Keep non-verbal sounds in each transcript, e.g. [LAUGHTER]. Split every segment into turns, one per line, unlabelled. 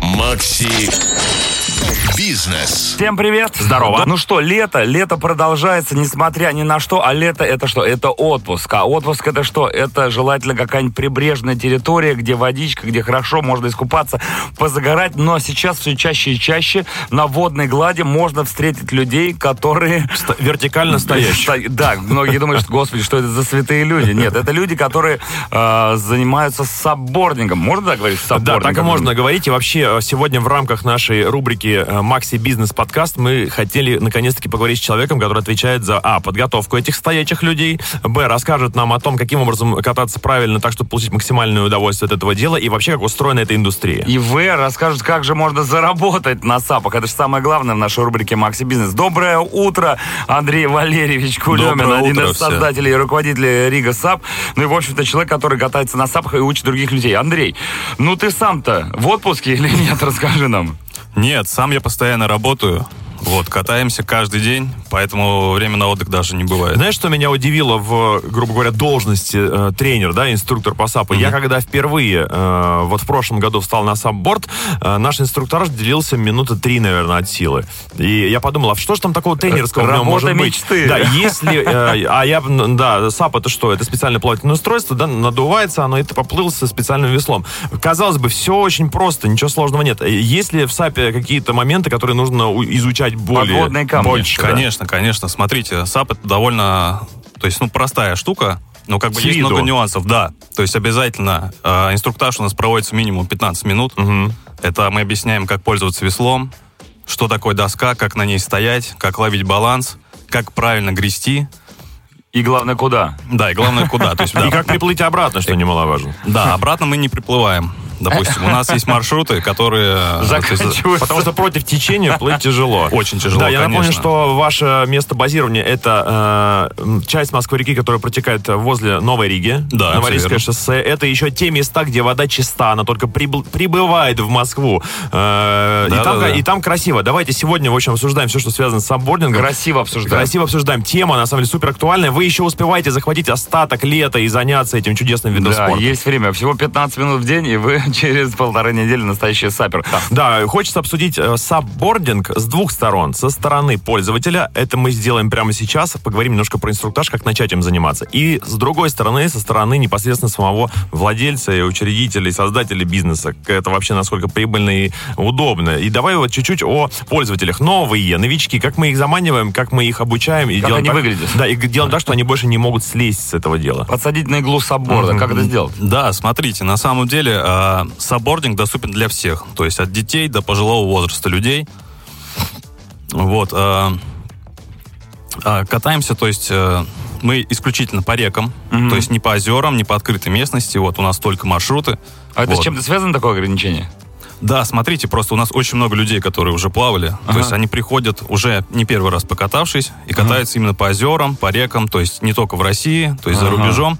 Токсик. Бизнес.
Всем привет! Здорово! Ну что, лето, лето продолжается, несмотря ни на что, а лето это что? Это отпуск. А отпуск это что? Это желательно какая-нибудь прибрежная территория, где водичка, где хорошо, можно искупаться, позагорать, но сейчас все чаще и чаще на водной глади можно встретить людей, которые...
Ст- вертикально стоящих.
Ста- Да, многие думают, что, господи, что это за святые люди. Нет, это люди, которые э, занимаются саббордингом. Можно так говорить?
Да, так и
Саббордингом?
можно говорить. И вообще, э, сегодня в рамках нашей рубрики э, «Макси Бизнес Подкаст» мы хотели наконец-таки поговорить с человеком, который отвечает за, а, подготовку этих стоячих людей, б, расскажет нам о том, каким образом кататься правильно так, чтобы получить максимальное удовольствие от этого дела и вообще, как устроена эта индустрия.
И вы расскажут, как же можно заработать на САПах. Это же самое главное в нашей рубрике «Макси Бизнес». Доброе утро, Андрей Валерьевич Кулемин,
Доброе
один
утро
из
всем.
создателей и руководителей Рига САП. Ну и, в общем-то, человек, который катается на САПах и учит других людей. Андрей, ну ты сам-то в отпуске или нет? Расскажи нам.
Нет, сам я постоянно работаю. Вот, катаемся каждый день, поэтому время на отдых даже не бывает.
Знаешь, что меня удивило в, грубо говоря, должности э, тренер, да, инструктор по САПу? Я когда впервые, э, вот в прошлом году встал на САП-борд, э, наш инструктор делился минуты три, наверное, от силы. И я подумал, а что же там такого тренерского в нем
Э, Работа
может быть?
мечты.
Да, если... э, а я, м, да, САП это что? Это специальное плавательное устройство, да, надувается оно, и ты поплыл со специальным веслом. Казалось бы, все очень просто, ничего сложного нет. Э, Есть ли в САПе какие-то моменты, которые нужно у- изучать более?
Подводные камни.
Больше, да?
Конечно, конечно. Смотрите, САП это довольно, то есть, ну, простая штука, но как бы
С
есть
виду.
много нюансов, да. То есть обязательно э, инструктаж у нас проводится минимум 15 минут.
Мгм.
Это мы объясняем, как пользоваться веслом, что такое доска, как на ней стоять, как ловить баланс, как правильно грести.
И главное, куда?
Да, и главное, куда.
[LAUGHS]
То есть, да,
И как приплыть обратно, что немаловажно.
Да, обратно мы не приплываем. Допустим, у нас есть маршруты, которые... э,
Заканчивается.
Потому что против течения плыть тяжело.
Очень тяжело,
Да, я напомню,
конечно.
что ваше место базирования это э, м, часть Москвы-реки, которая протекает возле Новой Риги.
Да,
Новорижское
всё
шоссе. Это еще те места, где вода чиста, она только прибл- прибывает в Москву. Э, и,
Да,
там,
да, да.
и там красиво. Давайте сегодня, в общем, обсуждаем все, что связано с саббордингом.
Красиво обсуждаем.
Красиво обсуждаем. Тема, на самом деле, супер актуальная. Вы еще успеваете захватить остаток лета и заняться этим чудесным видом
Да,
спорта.
есть время. Всего 15 минут в день, и вы [LAUGHS] через полторы недели настоящий сапер.
Да, хочется обсудить э, саббординг с двух сторон. Со стороны пользователя, это мы сделаем прямо сейчас, поговорим немножко про инструктаж, как начать им заниматься. И с другой стороны, со стороны непосредственно самого владельца и учредителя, и создателя бизнеса. К- Это вообще насколько прибыльно и удобно. И давай вот чуть-чуть о пользователях. Новые, новички, как мы их заманиваем, как мы их обучаем. И
Как
делаем
они
так-
выглядят.
Да, и г- делаем так, что они больше не могут слезть с этого дела.
Подсадить на иглу сабборда. Как это сделать?
Да, смотрите, на самом деле э, саббординг доступен для всех, то есть от детей до пожилого возраста людей. Вот. э, э, Катаемся, то есть э, мы исключительно по рекам, то есть не по озерам, не по открытой местности, вот у нас только маршруты.
А это
Вот.
с чем-то связано такое ограничение?
Да, смотрите, просто у нас очень много людей, которые уже плавали. То есть они приходят уже не первый раз покатавшись и катаются именно по озерам, по рекам, то есть не только в России, то есть за рубежом.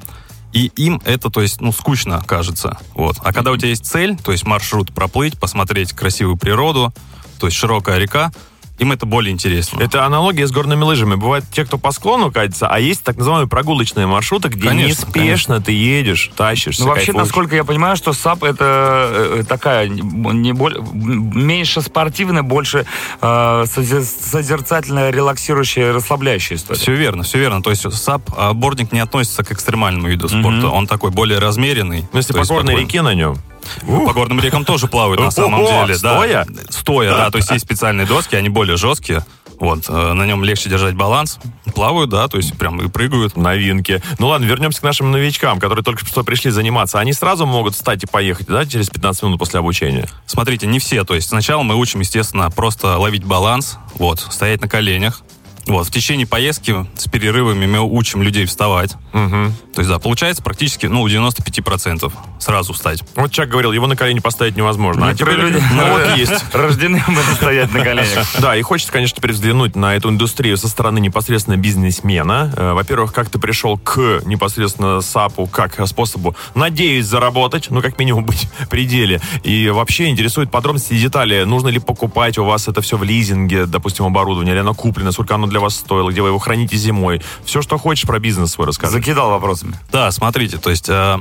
И им это, то есть, ну, скучно кажется. Вот. А когда у тебя есть цель, то есть маршрут проплыть, посмотреть красивую природу, то есть широкая река, им это более интересно.
Это аналогия с горными лыжами. Бывают те, кто по склону катится, а есть так называемые прогулочные маршруты, где
Конечно,
неспешно ты едешь, тащишься,
Ну, вообще,
кайфуешь.
насколько я понимаю, что САП это э, такая не боль- м, меньше спортивная, больше э, созе- созерцательная, релаксирующая, расслабляющая история.
Все верно, все верно. То есть сап-бординг не относится к экстремальному виду спорта. Он такой более размеренный.
Ну, если по
то есть
горной
такой-
реке на нем.
Ну, По горным рекам тоже плавают на самом
Ого,
деле. да.
стоя?
Стоя, да. То есть есть специальные доски, они более жесткие. Вот, э, на нем легче держать баланс. Плавают, да, то есть прям и прыгают.
Новинки. Ну ладно, вернемся к нашим новичкам, которые только что пришли заниматься. Они сразу могут встать и поехать, да, через 15 минут после обучения.
Смотрите, не все. То есть сначала мы учим, естественно, просто ловить баланс, вот, стоять на коленях. Вот, в течение поездки с перерывами мы учим людей вставать. То есть, да, получается практически, ну, у 95% сразу встать.
Вот Чак говорил, его на колени поставить невозможно. А
Некоторые
теперь
[LAUGHS]
люди
ну, вот есть.
рождены мы стоять на коленях.
Да, и хочется, конечно, теперь взглянуть на эту индустрию со стороны непосредственно бизнесмена. Э, Во-первых, как ты пришел к непосредственно САПу, как э, способу, надеюсь, заработать, ну, как минимум, [LAUGHS] быть в пределе. И вообще интересуют подробности и детали. Нужно ли покупать у вас это все в лизинге, допустим, оборудование, или оно куплено, сколько оно для вас стоило, где вы его храните зимой. Все, что хочешь про бизнес свой расскажи.
Закидал вопросами.
Да, смотрите, то есть э,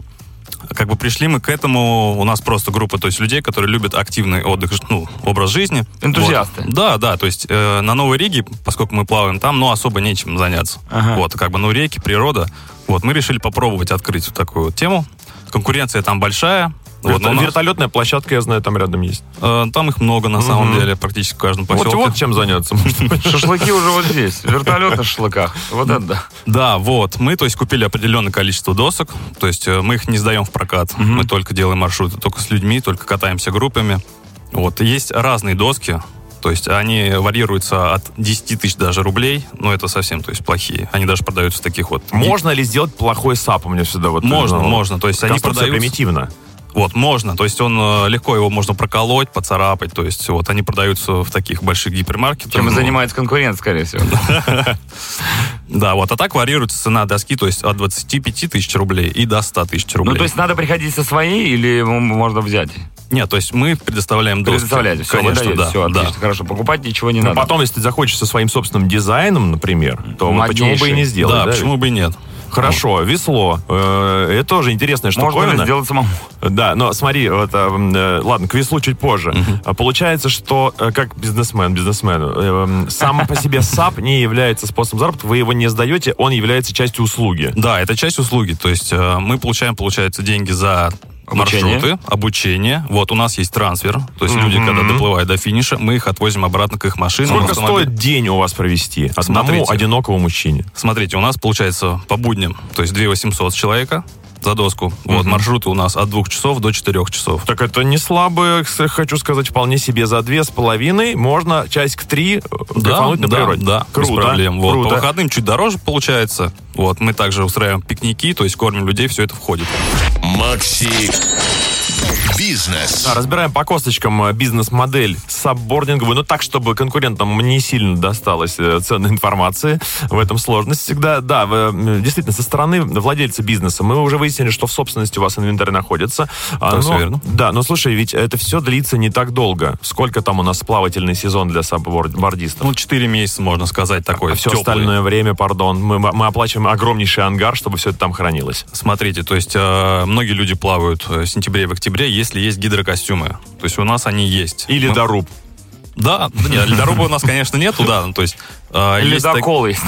как бы пришли мы к этому, у нас просто группа, то есть людей, которые любят активный отдых, ну, образ жизни.
Энтузиасты.
Вот. Да, да, то есть э, на Новой Риге, поскольку мы плаваем там, ну, особо нечем заняться.
Ага.
Вот, как бы, ну, реки, природа. Вот, мы решили попробовать открыть вот такую вот тему. Конкуренция там большая. Вот, но у
Вертолетная
нас-
Вертолетная площадка, я знаю, там рядом есть.
э, там их много, на самом
Мгм.
деле, практически в каждом
Вот,
поселке.
вот чем
[LAUGHS]
заняться. может быть.
Шашлыки уже вот здесь. Вертолет на шашлыках. Вот это да.
Да, вот. Мы, то есть, купили определенное количество досок. То есть, э, мы их не сдаем в прокат. Мы только делаем маршруты только с людьми, только катаемся группами. Вот. И Есть разные доски. То есть, они варьируются от 10 тысяч даже рублей. Но это совсем, то есть, плохие. Они даже продаются в таких вот...
Можно ли сделать плохой сап? У меня всегда вот...
Можно,
ну,
можно. То есть, они
конструкция
продаются...
примитивна.
Вот, можно. То есть, он э, легко его можно проколоть, поцарапать. То есть, вот, они продаются в таких больших гипермаркетах.
Чем и
Ну,
занимается конкурент, скорее всего. Ну,
Да, вот. А так варьируется цена доски, то есть, от 25 тысяч рублей и до 100 тысяч рублей.
Ну, то есть надо приходить со своей или м- можно взять?
Нет, то есть мы предоставляем доски.
Предоставляете. Все,
Конечно,
выдаете.
да,
Все,
да. Ну,
отлично, хорошо. Покупать ничего не
Но
надо.
Ну, потом, если ты захочешь со своим собственным дизайном, например, то вот почему бы и не
Моднейший.
сделать?
да,
да,
почему бы и нет?
ведь? Хорошо, весло. Э, Это тоже интересная штуковина.
Можно ли сделать самому?
Да, но смотри, вот, а, м, э, ладно, к веслу чуть позже. А Получается, что э, как бизнесмен, бизнесмен, э, м, сам по себе САП не является способом заработка, вы его не сдаете, он является частью услуги.
Да, это часть услуги. То есть э, мы получаем, получается, деньги за
Обучение.
маршруты, обучение. Вот у нас есть трансфер. То есть люди, когда доплывают до финиша, мы их отвозим обратно к их машинам.
Сколько
автомобилям.
стоит день у вас провести одному
Ну, Смотрите.
одинокому мужчине?
Смотрите, у нас получается по будням, то есть 2800 с человека за доску. Вот маршруты у нас от 2 часов до 4 часов.
Так это не слабо, с- хочу сказать, вполне себе за две с половиной можно часик три да, на
да,
природе.
да, без
круто,
проблем. Вот, По
круто.
выходным чуть дороже получается. Вот, мы также устраиваем пикники, то есть кормим людей, все это входит.
Макси Бизнес.
Да, разбираем по косточкам э, бизнес-модель саббординговую, но так, чтобы конкурентам не сильно досталось э, ценной информации. В этом сложность всегда. Да, в- э, действительно, со стороны владельца бизнеса мы уже выяснили, что в собственности у вас инвентарь находится. А,
Да,
но-
всё верно.
Да, но слушай, ведь это все длится не так долго. Сколько там у нас плавательный сезон для саббордистов?
Ну, 4 месяца, можно сказать,
А
такой.
все
тёплый.
А остальное время, пардон, мы, мы оплачиваем огромнейший ангар, чтобы все это там хранилось.
Смотрите, то есть э, многие люди плавают э, в сентябре и в октябре, если есть гидрокостюмы. То есть у нас они есть.
Или
Мы-
доруб.
Да, да нет, ледоруба у нас, конечно, нету, да. ну, То есть, э, есть так-
Ледокол есть.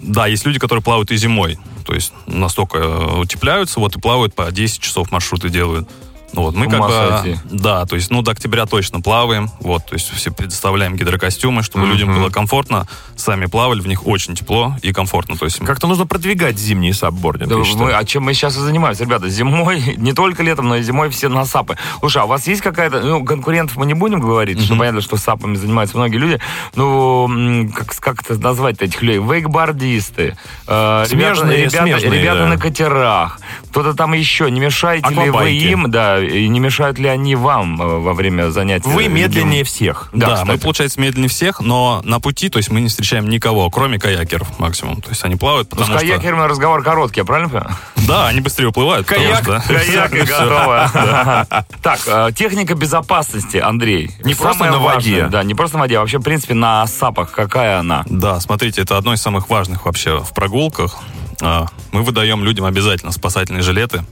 да, есть люди, которые плавают и зимой. То есть настолько э, утепляются, вот и плавают по 10 часов маршруты делают. Ну Вот, мы
С
как
ума
бы,
сойти.
да, то есть, ну, до октября точно плаваем, вот, то есть, все предоставляем гидрокостюмы, чтобы людям было комфортно, сами плавали, в них очень тепло и комфортно, то есть,
Как-то нужно продвигать зимний саббординг.
Да
я
мы-
считаю.
а чем мы сейчас и занимаемся, ребята? Зимой, [LAUGHS] не только летом, но и зимой все на САПы. Слушай, а у вас есть какая-то... Ну, конкурентов мы не будем говорить, что понятно, что САПами занимаются многие люди. Ну, м, как, как это назвать-то этих людей? Вейкбордисты. э,
Смежные,
ребята,
смежные,
ребята
да.
на катерах. Кто-то там еще. Не мешаете ли вы
Аквабайки.
им, да, и не мешают ли они вам э, во время занятий?
Вы
любимым?
медленнее всех.
Да,
Да,
кстати.
мы, получается, медленнее всех, но на пути, то есть мы не встречаем никого, кроме каякеров максимум. То есть они плавают,
Ну, с
потому что...
каякерами разговор короткий, я правильно понимаю?
Да, они быстрее уплывают. потому
Каяк,
что-
Каяк и
[LAUGHS]
готово. Так, э, техника безопасности, Андрей.
Не просто
Самое
на воде.
важное, Да, не просто на воде, а вообще, в принципе, на сапах. Какая она?
Да, смотрите, это одно из самых важных вообще в прогулках. А, Мы выдаем людям обязательно спасательные жилеты.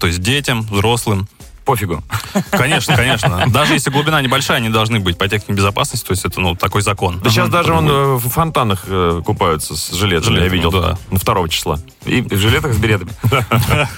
То есть детям, взрослым.
Пофигу.
Конечно, конечно. Даже если глубина небольшая, они должны быть по технике безопасности. То есть это, ну, такой закон.
Да сейчас даже он э, в фонтанах э, купаются с жилетами, я
Жилетами,
видел,
да.
на 2 числа.
И в жилетах с беретами.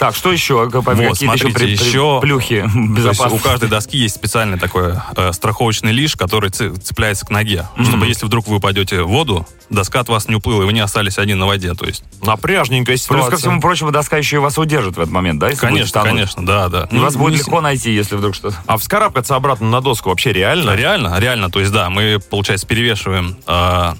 Так, что еще? Как- Какие-то еще
смотрите,
при- при-
еще-
плюхи
То есть у
безопасности.
каждой доски есть специальный такой э, страховочный лиш, который цы- цепляется к ноге. Ну, Чтобы если вдруг вы упадете в воду, доска от вас не уплыла, и вы не остались один на воде. То есть,
Напряжненькая
Плюс
ситуация.
ко всему прочему, доска еще и вас удержит в этот момент, да? если будет
конечно,
тонуть?
конечно, да, да.
И вас
Ну,
будет
не
легко найти, если вдруг что-то...
А вскарабкаться обратно на доску вообще
с-
реально?
Реально, реально. То есть, да, мы, получается, перевешиваем э,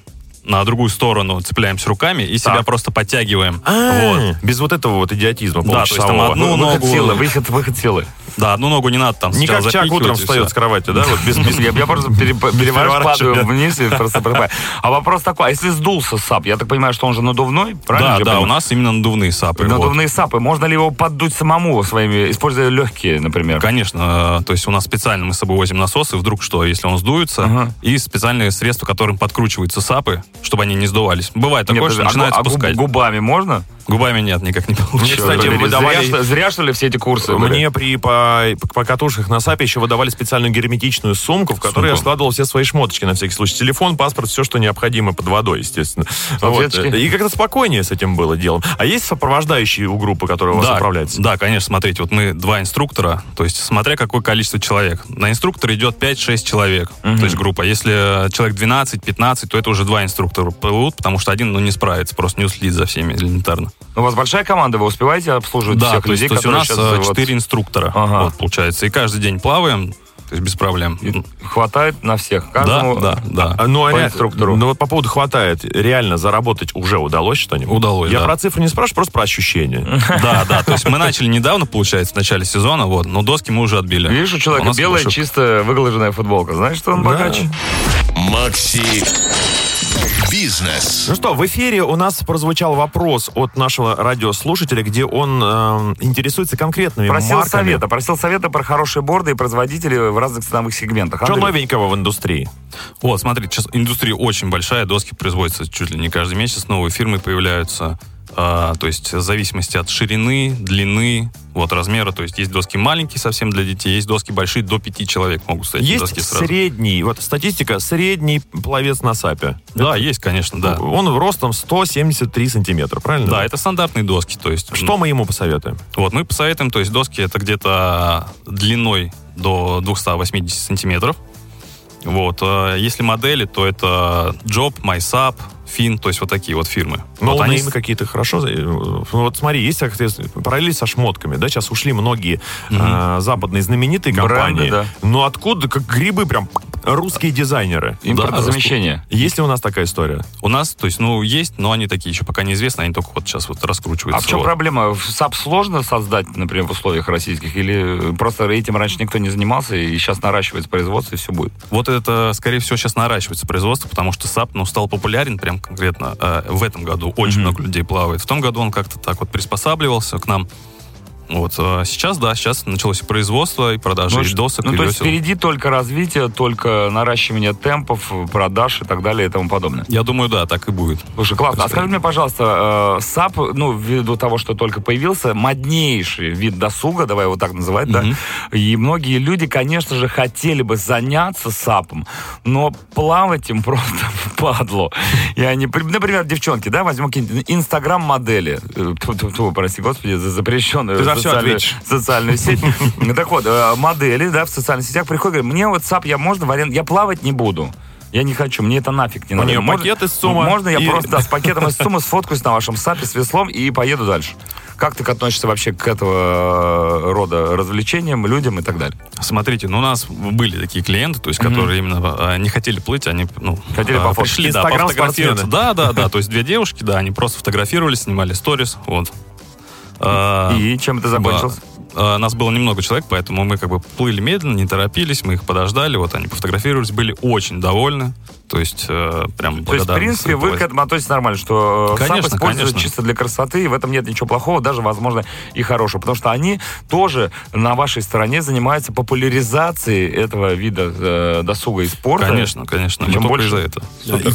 на другую сторону, цепляемся руками и себя
Так.
просто подтягиваем.
А,
Вот.
Без вот этого вот идиотизма
Да, то есть там
получасового.
одну
Выход
ногу...
силы, выход, выход силы.
Да, одну ногу не надо там
Не
сначала
как Чак
запихивать
утром
и всё.
встает с кровати, да? Вот без... без-
Я, я просто пере- переворачиваю,
переворачиваю,
падаю
да.
вниз и просто припадаю. А вопрос такой, а если сдулся сап, я так понимаю, что он же надувной, правильно?
Да,
же я
да,
понимаю?
у нас именно надувные сапы. вот.
Надувные сапы, можно ли его поддуть самому своими, используя легкие, например?
Конечно, э, то есть у нас специально мы с собой возим насосы, вдруг что, если он сдуется,
Ага.
и специальные средства, которым подкручиваются сапы, чтобы они не сдувались. Бывает такое,
Нет,
что
подожди, а гу-
начинают
а губ-
спускать.
губами можно?
Губами нет, никак не
Мне,
получилось.
кстати,
Блин,
мы давали-
зря, что, зря, что ли, все эти курсы были?
Мне при по- покатушках на САПе еще выдавали специальную герметичную сумку, в которой я
Сумку.
складывал все свои шмоточки на всякий случай. Телефон, паспорт, все, что необходимо под водой, естественно. Вот. э,
Салфеточки.
И как-то спокойнее с этим было делом. А есть сопровождающие у группы, которые вас
да,
управляют?
да, конечно, смотрите, вот мы два инструктора, то есть смотря какое количество человек. На инструктора идет 5-6 человек, то есть группа. Если э, человек 12-15, то это уже два инструктора плывут, потому что один ну, не справится, просто не уследит за всеми элементарно.
Ну, У вас большая команда, вы успеваете обслуживать
Да,
всех
то есть,
людей,
то есть у
которые
нас
сейчас,
э,
вот,
четыре инструктора,
Ага.
вот, получается. И каждый день плаваем, то есть без проблем.
хватает на всех.
Да,
Каждому
да, да.
[LAUGHS]
А, Ну, а
По
ре-
инструктору.
Ну, вот по поводу хватает. Реально заработать уже удалось что-нибудь?
Удалось,
Я
да.
про цифры не спрашиваю, просто про ощущения.
[LAUGHS] Да, да, то есть мы начали недавно, получается, в начале сезона, вот, но доски мы уже отбили.
Видишь, у человека
нас
белая,
ошибка.
чисто выглаженная футболка. Значит, что он
Да.
богач.
Макси Бизнес.
Ну что, в эфире у нас прозвучал вопрос от нашего радиослушателя, где он эм, интересуется конкретными
Просил
марками.
совета. Просил совета про хорошие борды и производителей в разных ценовых сегментах.
Что
Андрей,
новенького в индустрии?
Вот, смотри, сейчас индустрия очень большая, доски производятся чуть ли не каждый месяц, новые фирмы появляются. а, то есть в зависимости от ширины, длины, вот размера. То есть есть доски маленькие совсем для детей, есть доски большие, до пяти человек могут стоять
Есть
доски сразу.
средний, вот статистика, средний пловец на САПе.
Да, есть, конечно, да.
Он в ростом 173 сантиметра, правильно?
Да, это стандартные доски, то есть...
Что мы ему посоветуем?
Вот, мы посоветуем, то есть доски это где-то длиной до 280 сантиметров. Вот, э, если модели, то это Job, MySap, Fin, то есть вот такие вот фирмы.
Ну,
вот
на
они
имя
с-
какие-то хорошо. за- Ну, вот смотри, есть соответственно, параллель со шмотками, да? Сейчас ушли многие а, западные знаменитые
Бренды,
компании.
да.
Но откуда, как грибы, прям русские дизайнеры?
Импортозамещение.
Есть ли у нас такая история?
У нас, то есть, ну, есть, но они такие еще пока неизвестны, они только вот сейчас вот
А
раскручиваются.
в чем
вот.
проблема? В САП сложно создать, например, в условиях российских? Или просто этим раньше никто не занимался, и сейчас наращивается производство, и все будет?
Вот это, скорее всего, сейчас наращивается производство, потому что САП, ну, стал популярен прям конкретно э, в этом году. Очень много людей плавает. В том году он как-то так вот приспосабливался к нам. Вот э, сейчас, да, сейчас началось и производство, и продажи
Ну,
и
ш-
А досок,
ну,
и
то есть
весел.
впереди только развитие, только наращивание темпов, продаж и так далее и тому подобное.
Я думаю, да, так и будет.
Слушай, классно. А
Абсолютно.
скажи мне, пожалуйста, э, САП, ну, ввиду того, что только появился, моднейший вид досуга, давай его так называть,
Мгм.
да, и многие люди, конечно же, хотели бы заняться САПом, но плавать им [LAUGHS] просто падло. И они, при- например, девчонки, да, возьму какие-нибудь инстаграм-модели, Э, тьфу-тьфу-тьфу, прости господи, за запрещенную
Ты за всё
социальную-
ответишь.
социальную
[LAUGHS]
сеть. Ну, Так вот, э, модели, да, в социальных сетях приходят, говорят, мне вот САП, я можно вариант, я плавать не буду. Я не хочу, мне это нафиг А не
У
надо.
нее
Можно-
пакет из ЦУМа
Можно я
и-
просто
[LAUGHS]
да, с пакетом из ЦУМа сфоткаюсь на вашем сапе с веслом и поеду дальше. Как ты относишься вообще к этого э, рода развлечениям, людям и так далее?
Смотрите, ну у нас были такие клиенты, то есть, которые именно э, не хотели плыть, они ну,
Хотели
э,
пофоткать.
пришли, да,
Инстаграм
пофотографироваться.
спортсмены.
Да, да, да. То есть две девушки, да, они просто фотографировались, снимали сторис. Вот. Э,
И чем это закончилось?
Ба- э, Нас было немного человек, поэтому мы как бы плыли медленно, не торопились, мы их подождали, вот они пофотографировались, были очень довольны, то есть э, прям
То есть, в
благодарны
принципе,
за
вы
это.
к этому относитесь нормально, что э,
Конечно,
САП используется
конечно.
чисто для красоты, и в этом нет ничего плохого, даже, возможно, и хорошего. Потому что они тоже на вашей стороне занимаются популяризацией этого вида э, досуга и спорта.
Конечно, конечно, мы
Чем
только
больше-
из-за этого.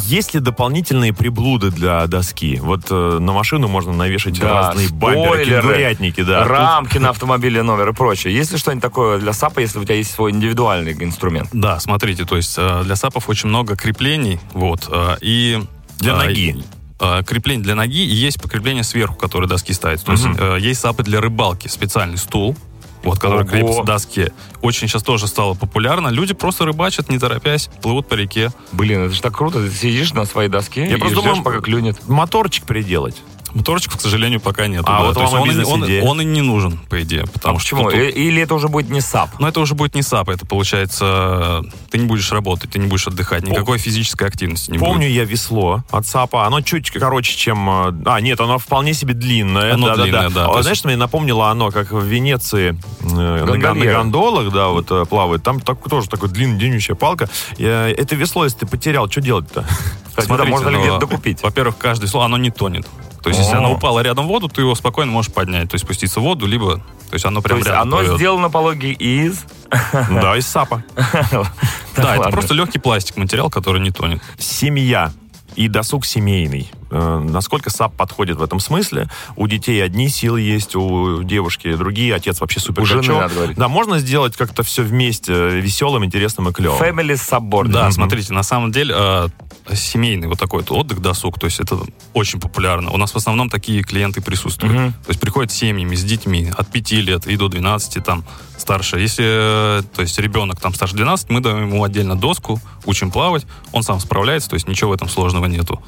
Есть ли дополнительные приблуды для доски? Вот э, на машину можно навешать
Да,
разные бамперы,
спойлеры,
кенгурятники, да.
рамки на автомобиле, номер и прочее. Есть ли что-нибудь такое для САПа, если у тебя есть свой индивидуальный инструмент?
Да, смотрите, то есть э, для сапов очень много креплений, вот, э, и...
Для
э,
ноги.
э, Крепление для ноги и есть покрепление сверху, которое доски ставится. То есть э, есть сапы для рыбалки, специальный стул, вот, который
Ого.
крепится к доске. Очень сейчас тоже стало популярно. Люди просто рыбачат, не торопясь, плывут по реке.
Блин, это же так круто. Ты сидишь на своей доске
Я
и
просто
ждешь,
думал-
пока клюнет.
Тут моторчик приделать.
Моторчиков, к сожалению, пока нет.
А, вот
То
вам А и
есть он, и-
бизнес-идея.
он, он и не нужен, по идее. Потому что
А Почему?
тут-
Э,
И- Или это уже будет не САП?
Но это уже будет не САП, это получается, э, ты не будешь работать, ты не будешь отдыхать, никакой физической активности не
Помню
будет.
я весло от САПа. Оно чуть короче, чем... э, А, нет, оно вполне себе длинное.
Оно
да-да-да.
длинное, да,
А
то есть-
Знаешь, что мне напомнило оно, как в Венеции э, на гон- на
Гондольеры.
гондолах, да, вот э, плавает. Там так- тоже такой длинный, длиннющая палка. Э, Это весло, если ты потерял, что
[LAUGHS]
делать-то?
Кстати, да, можно ли
ну,
где-то докупить?
Во-первых, каждое слово, оно не тонет. То есть, если
О.
оно упало рядом в воду, ты его спокойно можешь поднять, то есть спуститься в воду, либо, то есть оно
То
прям
есть
рядом
оно
плывет.
сделано по логике из... [LAUGHS]
Да, из САПа.
Да, это
ладно.
просто легкий пластик, материал, который не тонет.
Семья и досуг семейный. э, насколько САП подходит в этом смысле. У детей одни силы есть, у девушки другие, отец вообще супер
жены
качок.
надо говорить.
Да, можно сделать как-то все вместе э, веселым, интересным и клевым.
Family Subboard.
Да, смотрите, на самом деле э, семейный вот такой вот отдых, досуг, то есть это очень популярно. У нас в основном такие клиенты присутствуют.
Мгм.
То есть приходят с семьями, с детьми от 5 лет и до 12 там старше. Если, э, то есть ребенок там старше 12, мы даем ему отдельно доску, учим плавать, он сам справляется, то есть ничего в этом сложного нету.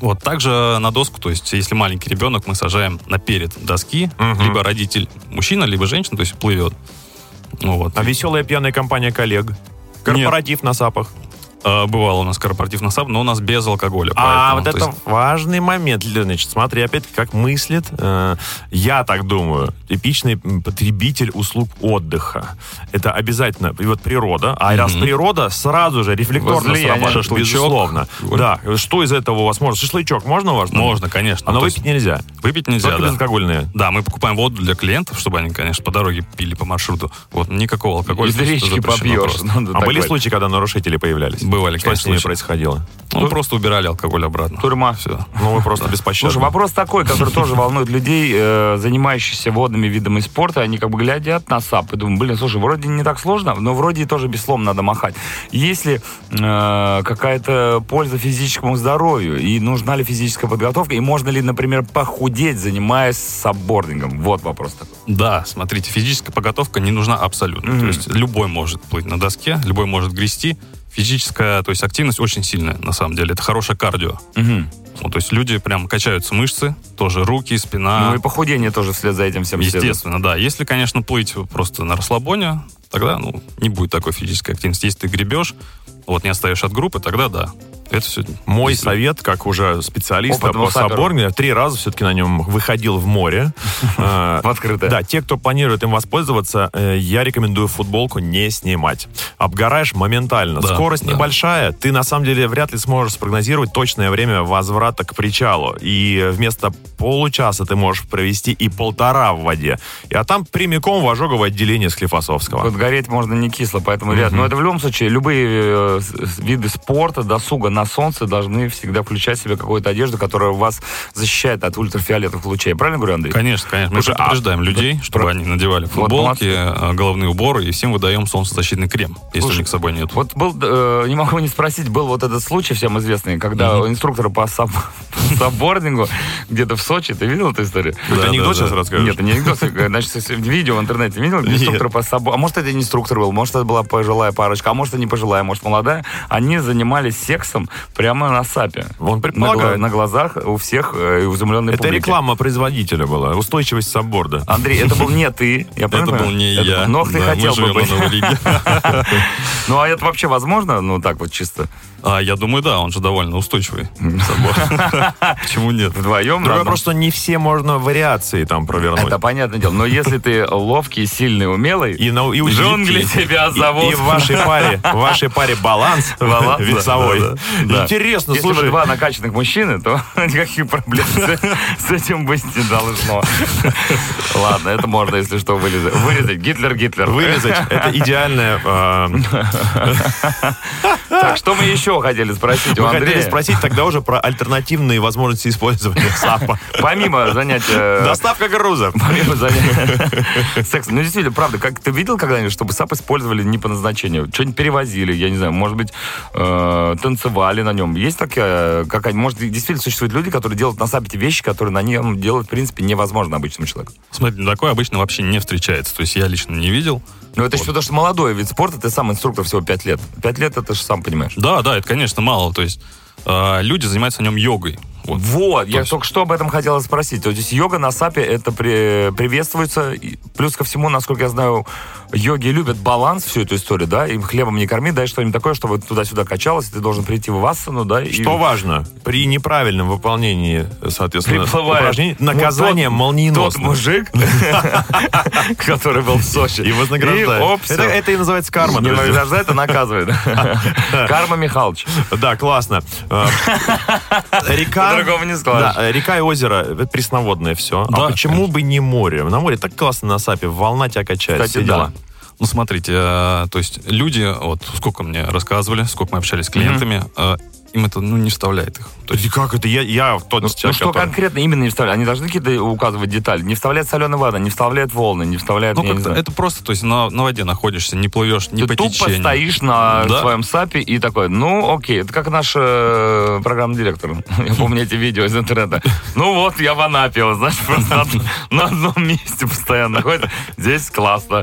Вот, также на доску, то есть если маленький ребенок, мы сажаем наперед доски,
Мгм.
либо родитель мужчина, либо женщина, то есть плывет. Ну вот.
А веселая пьяная компания коллег. Корпоратив на САПах.
Э, Бывало у нас корпоратив на саб, но у нас без алкоголя.
А
поэтому,
вот
то
это
есть,
важный момент, Лен, значит, смотри, опять-таки, как мыслит, э, я так думаю, типичный м, потребитель услуг отдыха. Это обязательно, и вот природа, а раз природа, сразу же рефлекторно
Возлияние.
срабатывает,
Шашлычок.
безусловно. Да, что из этого у вас можно? Шашлычок можно у вас?
Можно, конечно.
А но
То есть
выпить нельзя.
выпить нельзя,
Только
да.
безалкогольные.
Да, мы покупаем воду для клиентов, чтобы они, конечно, по дороге пили по маршруту. Вот, никакого алкоголя.
Из речки ну,
запрещено
попьешь.
просто.
надо
а
так
были
говорить.
случаи, когда нарушители появлялись?
Бывали,
Что с
конечно,
ними
случаи.
происходило?
Ну, просто убирали алкоголь обратно.
Тюрьма.
Все.
Ну, вы
[LAUGHS]
просто беспощадны.
Слушай, вопрос такой, который тоже волнует людей, э, занимающихся водными видами спорта. Они как бы глядят на САП и думают, блин, слушай, вроде не так сложно, но вроде и тоже без слом надо махать. Есть ли э, какая-то польза физическому здоровью? И нужна ли физическая подготовка? И можно ли, например, похудеть, занимаясь сапбордингом? Вот вопрос такой.
Да, смотрите, физическая подготовка не нужна абсолютно.
Мгм.
То есть любой может плыть на доске, любой может грести. Физическая, то есть активность очень сильная, на самом деле. Это хорошее кардио. Ну, то есть люди прям качаются мышцы, тоже руки, спина.
Ну и похудение тоже вслед за этим всем следует.
А. Естественно, да. Если, конечно, плыть просто на расслабоне, тогда ну, не будет такой физической активности. Если ты гребешь, вот не отстаешь от группы, тогда да. Это все.
Мой совет, как уже специалиста
Опытного
по
саперу.
саборне, три раза все-таки на нем выходил в
[LAUGHS]
море. Э,
В открытое.
Да, те, кто планирует им воспользоваться, э, я рекомендую футболку не снимать. Обгораешь моментально.
Да,
Скорость
да.
небольшая, ты на самом деле вряд ли сможешь спрогнозировать точное время возврата к причалу. И вместо получаса ты можешь провести и полтора в воде. А там прямиком в ожоговое отделение Склифосовского.
Тут гореть можно не кисло, поэтому, ребят, ну это в любом случае, любые э, с- с- виды спорта, досуга на солнце должны всегда включать в себя какую-то одежду, которая вас защищает от ультрафиолетовых лучей. Правильно говорю, Андрей?
Конечно, конечно. Мы
Слушай, а-
предупреждаем людей, чтобы
про-
они надевали
молодцы.
футболки, э, головные уборы, и всем выдаем солнцезащитный крем, если у
Слушай,
них с собой нет.
Вот был, э, не могу не спросить, был вот этот случай всем известный, когда у инструктора по сап- [LAUGHS] по сапбордингу где-то в Сочи, ты видел эту историю?
Тут
Да,
анекдот
да,
сейчас
да.
расскажешь?
Нет, это не анекдот. Значит, если видео в интернете видел, где
Нет.
инструктор по сабо- А может, это не инструктор был, может, это была пожилая парочка, а может, и не пожилая, может, молодая. Они занимались сексом прямо на САПе. На,
Он
гла-
предполагает.
на глазах у всех э, и у изумленной
Это
публики.
реклама производителя была. Устойчивость сабборда.
Андрей, это был не ты. Я
Это
правильно
был
понимаю?
не
Это
я.
был- Но ты
Да,
хотел
мы
бы
живем
быть.
на новой
[LAUGHS]
лиге.
Ну, а это вообще возможно? Ну, так вот чисто.
А, я думаю, да, он же довольно устойчивый.
[LAUGHS]
собой. Почему нет?
Вдвоем?
Другое
на одном
Ну, просто не все можно вариации там провернуть.
Это понятное дело. Но если ты ловкий, сильный, умелый,
И, на, и у
джунгли [LAUGHS]
детей.
тебя
И-
зовут.
И, в вашей паре, в вашей паре баланс,
[LAUGHS] Баланс, да,
весовой.
да, да.
Интересно,
Если
слушай.
бы два накачанных мужчины, то [LAUGHS] никаких проблем с, с этим быть не должно. [LAUGHS] Ладно, это можно, если что, вырезать. Вырезать. Гитлер, Гитлер. [LAUGHS]
Вырезать это идеальное. э,
Так, что мы еще хотели спросить у
Мы хотели
Андрея?
спросить тогда уже про альтернативные
[LAUGHS]
возможности использования САПа.
Помимо
[LAUGHS]
занятия...
Доставка грузов.
Помимо занятия [LAUGHS] сексом. Ну, действительно, правда, как ты видел когда-нибудь, чтобы САП использовали не по назначению? Что-нибудь перевозили, я не знаю, может быть, э, танцевали на нем. Есть такая какая-нибудь... Может, действительно существуют люди, которые делают на САПе те вещи, которые на нем делать, в принципе, невозможно обычному человеку.
Смотрите, такое обычно вообще не встречается. То есть я лично не видел.
Ну, это еще потому, что молодой вид спорта, ты сам инструктор всего 5 лет. 5 лет это же сам понимаешь.
Да, да, это, конечно, мало. То есть э, люди занимаются на нем йогой. Вот.
Вот, я
есть-
только что об этом хотела спросить. То есть йога на САПе это при- приветствуется. И Плюс ко всему, насколько я знаю, йоги любят баланс, всю эту историю, да? Им хлебом не корми, дай что-нибудь такое, чтобы туда-сюда качалось, и ты должен прийти в вассану, да? и-
Что важно, при неправильном выполнении, соответственно,
Приплывает.
упражнений,
Ну,
наказание
тот- Тот
молниеносно.
мужик, [LAUGHS] который был в Сочи.
И вознаграждает.
И оп, всё.
это, это и называется карма,
Не
друзья.
награждает, а наказывает. [LAUGHS] Карма Михайлович.
Да, классно.
[LAUGHS]
Э, Река...
По-другому не скажешь.
Да, э, река и озеро, это пресноводное все.
Да,
а почему бы не море? На море так классно на САПе, волна тебя качает,
Кстати,
все
да.
дела.
Ну, смотрите, э, то есть люди, вот сколько мне рассказывали, сколько мы общались с клиентами, э, им это ну, не вставляет их.
То есть как это? Я, я тот
Ну, ну,
человек,
что
который-
конкретно именно не вставляют? Они должны какие-то указывать детали. Не вставляет соленая вода, не вставляет волны, не вставляет...
Ну,
я не
как-то
знаю.
это просто, то есть на, на воде находишься, не плывешь, не
Ты
по
тупо
течению.
стоишь на
Да.
своем САПе и такой, ну, окей, это как наш э, программный директор. [LAUGHS] Я помню эти видео из интернета. Ну вот, я в Анапе, вот, знаешь, просто од- на одном [LAUGHS] месте постоянно ходит. Здесь классно.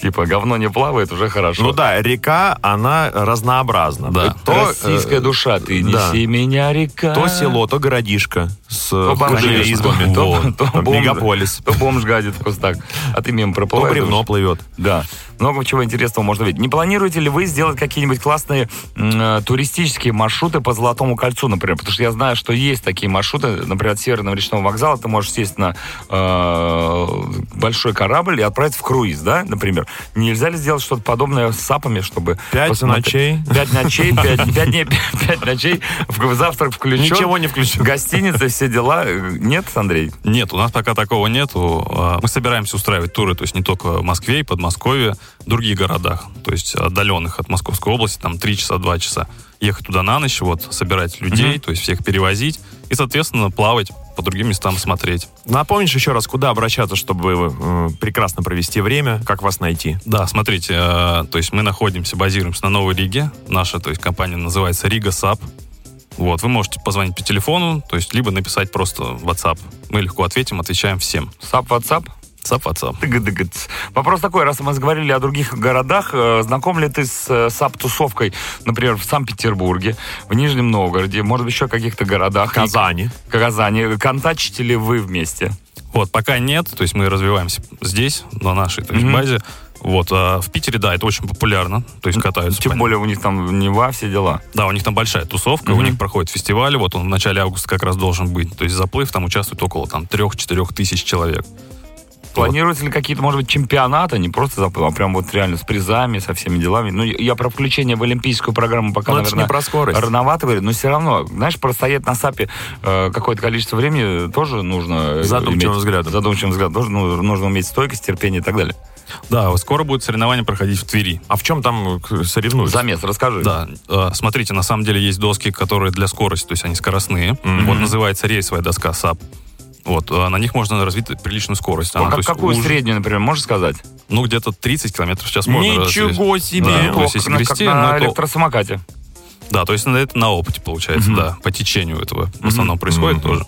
Типа, говно не плавает, уже хорошо.
Ну да, река, она разнообразна.
Да.
То,
Российская
э,
душа, ты
да.
неси меня, река.
то село, то городишко с
То бомж
худыми
едет,
избами.
[LAUGHS] то-
Вот.
то
Там
бомж.
Мегаполис.
То бомж гадит в кустах, а ты мимо
То
проплываешь.
бревно плывет.
Да, много чего интересного можно видеть. Не планируете ли вы сделать какие-нибудь классные м, э, туристические маршруты по Золотому кольцу, например? Потому что я знаю, что есть такие маршруты, например, от Северного речного вокзала ты можешь сесть на э, большой корабль и отправиться в круиз, да, например. Нельзя ли сделать что-то подобное с САПами, чтобы...
Пять
посмотреть?
ночей.
Пять ночей, пять, пять дней, пять, пять ночей, в завтрак включен.
Ничего не включено.
Гостиница, все дела. Нет, Андрей?
Нет, у нас пока такого нету. А, Мы собираемся устраивать туры, то есть не только в Москве и Подмосковье, в других городах, то есть отдаленных от Московской области, там 3 часа, 2 часа. Ехать туда на ночь, вот, собирать людей, то есть всех перевозить и, соответственно, плавать по другим местам смотреть.
Напомнишь еще раз, куда обращаться, чтобы э, прекрасно провести время, как вас найти?
Да, смотрите, э, то есть мы находимся, базируемся на Новой Риге. Наша, то есть компания называется Рига САП. Вот, вы можете позвонить по телефону, то есть либо написать просто в WhatsApp. Мы легко ответим, отвечаем всем.
САП, WhatsApp?
САП, WhatsApp.
Тыгы-дыгыц. Вопрос такой, раз мы заговорили о других городах, э, знаком ли ты с э, САП-тусовкой, например, в Санкт-Петербурге, в Нижнем Новгороде, может быть, еще в каких-то городах?
Казани.
И- Казани. Контачите ли вы вместе?
Вот, пока нет, то есть мы развиваемся здесь, на нашей то есть,
Мгм.
базе. Вот, а в Питере, да, это очень популярно, то есть катаются.
Тем
по-
более у них там Нева, все дела.
Да, у них там большая тусовка, у
Мгм.
них проходят фестивали, вот он в начале августа как раз должен быть. То есть заплыв там участвует около там 3-4 тысяч человек.
Планируются ли какие-то, может быть, чемпионаты, не просто заплыв, а прям вот реально с призами, со всеми делами? Ну, я я про включение в олимпийскую программу пока,
Ну, это ж
наверное,
не про скорость.
рановато говорю, но все равно, знаешь, простоять на САПе э, какое-то количество времени тоже нужно... э,
Задумчивым взглядом.
Задумчивым взглядом. Тоже ну, нужно уметь стойкость, терпение и так далее.
Да, вот скоро будет соревнование проходить в Твери.
А в чем там э, соревнуются?
Замес, расскажи.
Да, э, смотрите, на самом деле есть доски, которые для скорости, то есть они скоростные.
Мгм.
Вот называется рейсовая доска САП. Вот, э, на них можно развить приличную скорость.
Ну,
Она,
как-
А, то есть,
какую
уж-
среднюю, например, можешь сказать?
Ну, где-то 30 километров в час можно развить.
Ничего
Да,
себе!
Ну, то есть если
на,
грести,
как на
ну, это-
электросамокате.
Да, то есть на это на опыте получается,
Мгм.
да, по течению этого в основном происходит
Мгм.
тоже.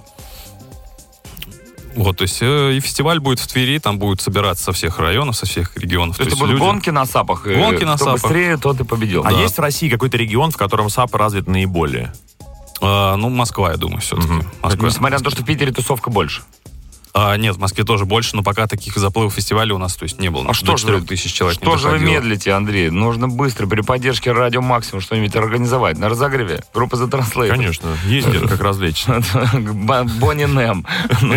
Вот, то есть э, и фестиваль будет в Твери, там будут собираться со всех районов, со всех регионов.
То есть
есть
это будут
люди-
гонки на САПах. и
Гонки на
кто
сапах.
быстрее, тот и победил.
А
Да.
есть в России какой-то регион, в котором САП развит наиболее?
А, ну, Москва, я думаю, все-таки.
Мгм.
Москва.
Несмотря на то, что в Питере тусовка больше.
А, нет, в Москве тоже больше, но пока таких заплывов фестиваля у нас, то есть, не было.
А что же вы,
тысяч человек
что
не
же вы
доходило.
медлите, Андрей? Нужно быстро при поддержке радио Максимум что-нибудь организовать. На разогреве. Группа за транслейт.
Конечно, есть где-то
[LAUGHS]
как развлечься.
Бонни Нэм. Ну,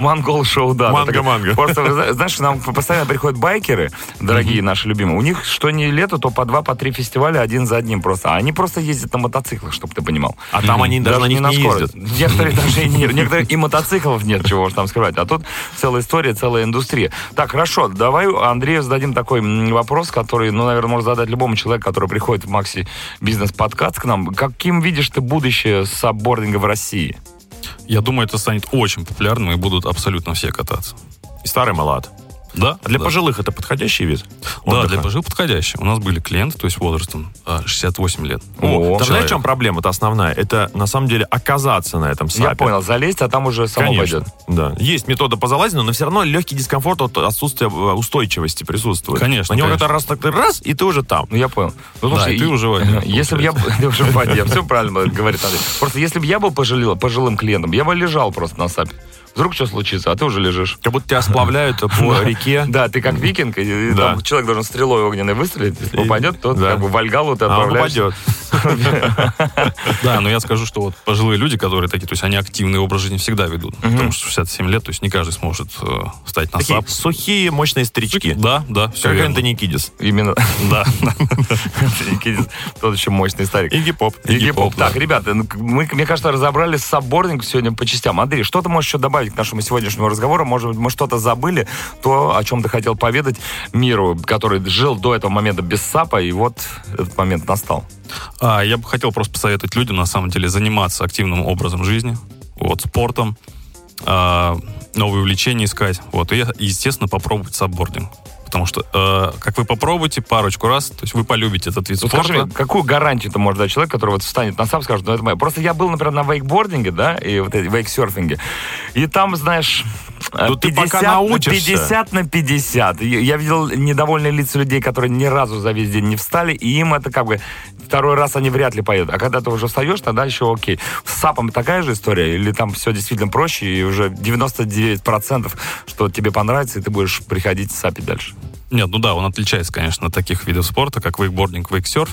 Монгол шоу, да.
Манго,
Так,
манго.
Просто, вы зна- знаешь, нам постоянно приходят байкеры, дорогие наши любимые. У них что не лето, то по два, по три фестиваля один за одним просто. А они просто ездят на мотоциклах, чтобы ты понимал.
А там они даже на них не ездят.
скорость.
[LAUGHS]
Некоторые даже и не- некоторые и мотоциклов нет, чего уж там скрывать. А тут целая история, целая индустрия. Так, хорошо, давай Андрею зададим такой м, вопрос, который, ну, наверное, можно задать любому человеку, который приходит в Макси Бизнес Подкаст к нам. Каким видишь ты будущее саббординга в России?
Я думаю, это станет очень популярным, и будут абсолютно все кататься.
И старый малат.
Да?
А для
да.
пожилых это подходящий вид?
Да,
отдыха?
для пожилых подходящий. У нас были клиенты, то есть возрастом а, 68 лет.
О,
О, там знаешь, в
человек.
чем проблема-то основная? Это, на самом деле, оказаться на этом САПе.
Я понял, залезть, а там уже само
Конечно,
пойдет.
да. Есть метода по залазину, но все равно легкий дискомфорт от отсутствия э, устойчивости присутствует.
Конечно,
На него
конечно.
как-то раз, так ты раз, и ты уже там.
Ну, я понял. Ну,
Да, и ты
и-
уже в воде,
[LAUGHS] Если бы я был... Ты уже в воде,
[LAUGHS]
я все правильно говорит Андрей. Просто если бы я был пожилил- пожилым клиентом, я бы лежал просто на САПе. Вдруг что случится, а ты уже лежишь.
Как будто тебя сплавляют [LAUGHS] по реке.
Да, ты как викинг, и- и
Да.
там человек должен стрелой огненной выстрелить. Если попадет, то
Да.
как бы в Альгалу ты
А он
отправляешься.
упадет.
Да, но я скажу, что вот пожилые люди, которые такие, то есть они активный образ жизни всегда ведут. Потому что 67 лет, то есть не каждый сможет э, встать на
Такие
САП.
сухие, мощные старички.
Да, да, все
Как
верно.
Энтони Кидис.
Именно.
Да.
Никитин, Тот еще мощный старик.
Игги Поп.
Игги Поп.
да.
Так, ребята, ну, к- мы, мне кажется, разобрали саббординг сегодня по частям. Андрей, что ты можешь еще добавить к нашему сегодняшнему разговору? Может быть, мы что-то забыли, то, о чем ты хотел поведать миру, который жил до этого момента без САПа, и вот этот момент настал.
А, я бы хотел просто посоветовать людям, на самом деле, заниматься активным образом жизни, вот, спортом, а, новые увлечения искать, вот, и, естественно, попробовать саббординг. Потому что, э, как вы попробуете парочку раз, то есть вы полюбите этот вид
Ну,
спорта.
скажи, мне, какую гарантию ты можешь дать человеку, который вот встанет на сам скажет, ну это моя. Просто я был, например, на вейкбординге, да, и вот эти- вейксерфинге, и там, знаешь, э,
Ну, ты пока
50 на
научишься.
50 на 50. Я я видел недовольные лица людей, которые ни разу за весь день не встали, и им это как бы второй раз они вряд ли поедут. А когда ты уже встаешь, тогда еще окей. С САПом такая же история, или там все действительно проще, и уже 99%, что тебе понравится, и ты будешь приходить сапить дальше.
Нет, ну да, он отличается, конечно, от таких видов спорта, как вейкбординг, вейксерф.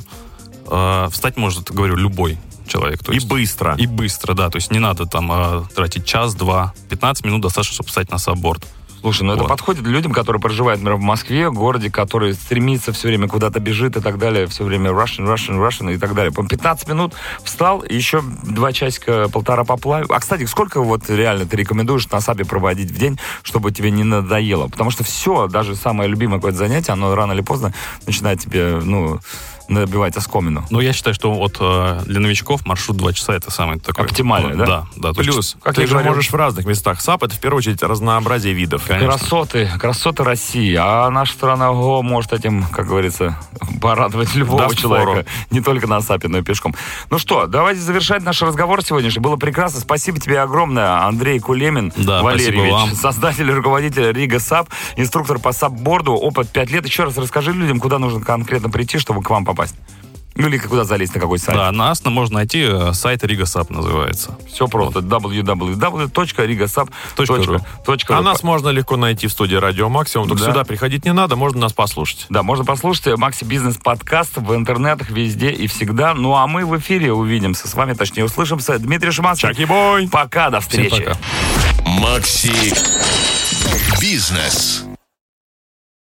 Э, встать может, говорю, любой человек. То
И
есть,
быстро.
и быстро, да. То есть не надо там э, тратить час, два, 15 минут достаточно, чтобы встать на сабборд.
Слушай, ну это
Вот.
подходит людям, которые проживают, например, в Москве, городе, который стремится все время куда-то бежит и так далее, все время Russian, Russian, Russian и так далее. По 15 минут встал, еще два часика, полтора поплавил. А, кстати, сколько вот реально ты рекомендуешь на САПе проводить в день, чтобы тебе не надоело? Потому что все, даже самое любимое какое-то занятие, оно рано или поздно начинает тебе, ну, набивать оскомину.
Но Ну, я считаю, что вот э, для новичков маршрут 2 часа это самый такой...
Оптимальный, да?
Да, да. то есть-
Плюс,
как
ты
я
же
говорил-
можешь в разных местах. САП — это в первую очередь разнообразие видов.
Красоты, красоты России. А наша страна ого, может этим, как говорится, [LAUGHS] порадовать любого
Даст
человека.
фору.
Не только на САПе, но и пешком. Ну что, давайте завершать наш разговор сегодняшний. Было прекрасно. Спасибо тебе огромное, Андрей Кулемин
Да,
Валерьевич.
спасибо вам.
Создатель и руководитель Рига САП, инструктор по САП-борду, опыт 5 лет. Еще раз расскажи людям, куда нужно конкретно прийти, чтобы к вам попасть. Ну или куда залезть, на какой сайт.
Да, на Асна можно найти э, сайт Рига Сап называется.
Все просто. www.rigasap.ru.
А нас можно легко найти в студии Радио Максимум. Только
Да.
сюда приходить не надо, можно нас послушать.
Да, можно послушать э, Макси Бизнес подкаст в интернетах везде и всегда. Ну а мы в эфире увидимся с вами, точнее услышимся. Дмитрий Шиманский.
Чаки-бой!
Пока, до встречи.
пока.
Макси Бизнес.